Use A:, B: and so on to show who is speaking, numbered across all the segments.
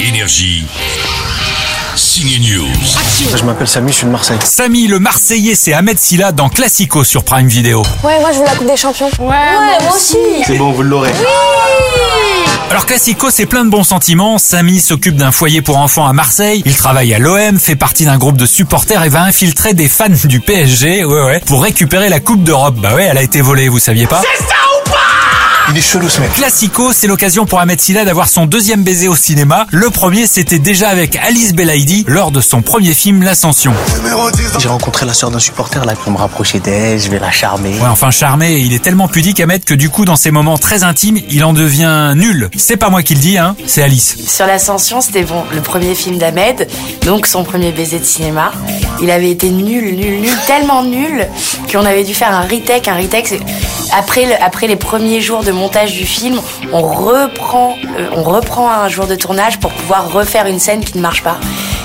A: Énergie. Signe News.
B: Je m'appelle Samy, je suis de Marseille.
C: Samy le Marseillais, c'est Ahmed Silla dans Classico sur Prime Video.
D: Ouais, moi je veux la Coupe des Champions. Ouais, moi aussi.
B: C'est bon, vous l'aurez.
C: Alors Classico, c'est plein de bons sentiments. Samy s'occupe d'un foyer pour enfants à Marseille. Il travaille à l'OM, fait partie d'un groupe de supporters et va infiltrer des fans du PSG, ouais ouais, pour récupérer la Coupe d'Europe. Bah ouais, elle a été volée, vous saviez pas
B: Il est chelou ce mec.
C: Classico, c'est l'occasion pour Ahmed Silla d'avoir son deuxième baiser au cinéma. Le premier, c'était déjà avec Alice Belaïdi lors de son premier film L'Ascension.
B: J'ai rencontré la sœur d'un supporter là. Je vais me rapprocher d'elle, je vais la charmer.
C: Ouais, enfin charmé, il est tellement pudique Ahmed que du coup, dans ces moments très intimes, il en devient nul. C'est pas moi qui le dis, hein, c'est Alice.
E: Sur l'ascension, c'était bon, le premier film d'Ahmed, donc son premier baiser de cinéma. Il avait été nul, nul, nul, tellement nul qu'on avait dû faire un retake, un retake. c'est- Après, le- après les premiers jours de montage du film, on reprend, euh, on reprend un jour de tournage pour pouvoir refaire une scène qui ne marche pas.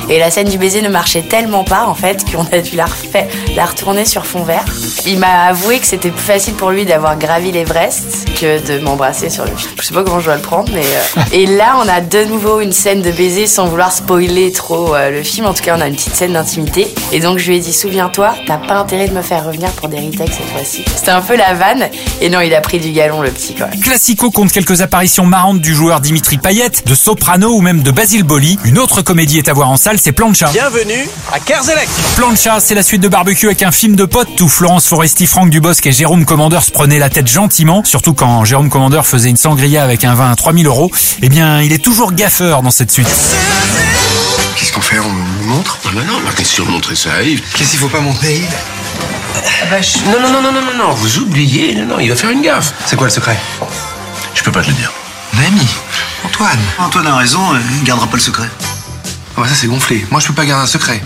E: Et la scène du baiser ne marchait tellement pas en fait qu'on a dû la, refaire, la retourner sur fond vert. Il m'a avoué que c'était plus facile pour lui d'avoir gravi l'Everest que de m'embrasser sur le film. Je sais pas comment je dois le prendre, mais euh, et là on a de nouveau une scène de baiser sans vouloir spoiler trop euh, le film. En tout cas, on a une petite scène d'intimité. Et donc je lui ai dit souviens-toi, t'as pas intérêt de me faire revenir pour des retakes cette fois-ci. C'était un peu la vanne. Et non, il a pris du galon le petit quand même.
C: Classico compte quelques apparitions marrantes du joueur Dimitri Payet, de Soprano ou même de Basile Boli. Une autre comédie est à voir en salle, c'est Plancha.
F: Bienvenue à Kerzelec.
C: Plancha, c'est la suite de Barbecue avec un film de potes où Florence Foresti, Franck Dubosc et Jérôme Commander se prenaient la tête gentiment, surtout quand Jérôme Commander faisait une sangria avec un vin à 3000 euros. Eh bien, il est toujours gaffeur dans cette suite.
G: Qu'est-ce qu'on fait On nous montre
H: Ah bah non, bah, qu'est-ce que montrer ça arrive
G: Qu'est-ce qu'il faut pas montrer, Yves
H: Ah bah, Non, non, non, non, non, non, non, vous oubliez, non, non, il va faire une gaffe.
G: C'est quoi le secret
H: Je peux pas te le dire.
G: Un ami. Antoine.
B: Antoine a raison, euh, il gardera pas le secret.
G: Ah bah ça, c'est gonflé. Moi, je peux pas garder un secret.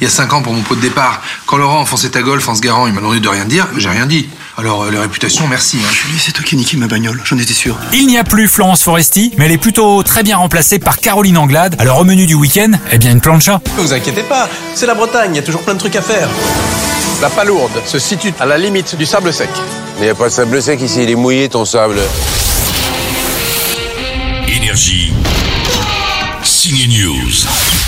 G: Il y a cinq ans, pour mon pot de départ, quand Laurent enfonçait ta golf en se garant, il m'a demandé de rien dire, j'ai rien dit. Alors, euh, la réputation, merci. hein.
B: Julie, c'est toi qui niquais ma bagnole, j'en étais sûr.
C: Il n'y a plus Florence Foresti, mais elle est plutôt très bien remplacée par Caroline Anglade. Alors au menu du week-end, eh bien une plancha.
F: Vous inquiétez pas, c'est la Bretagne, il y a toujours plein de trucs à faire. La palourde se situe à la limite du sable sec.
I: Il n'y a pas de sable sec ici, il est mouillé ton sable.
A: Énergie. Signe News.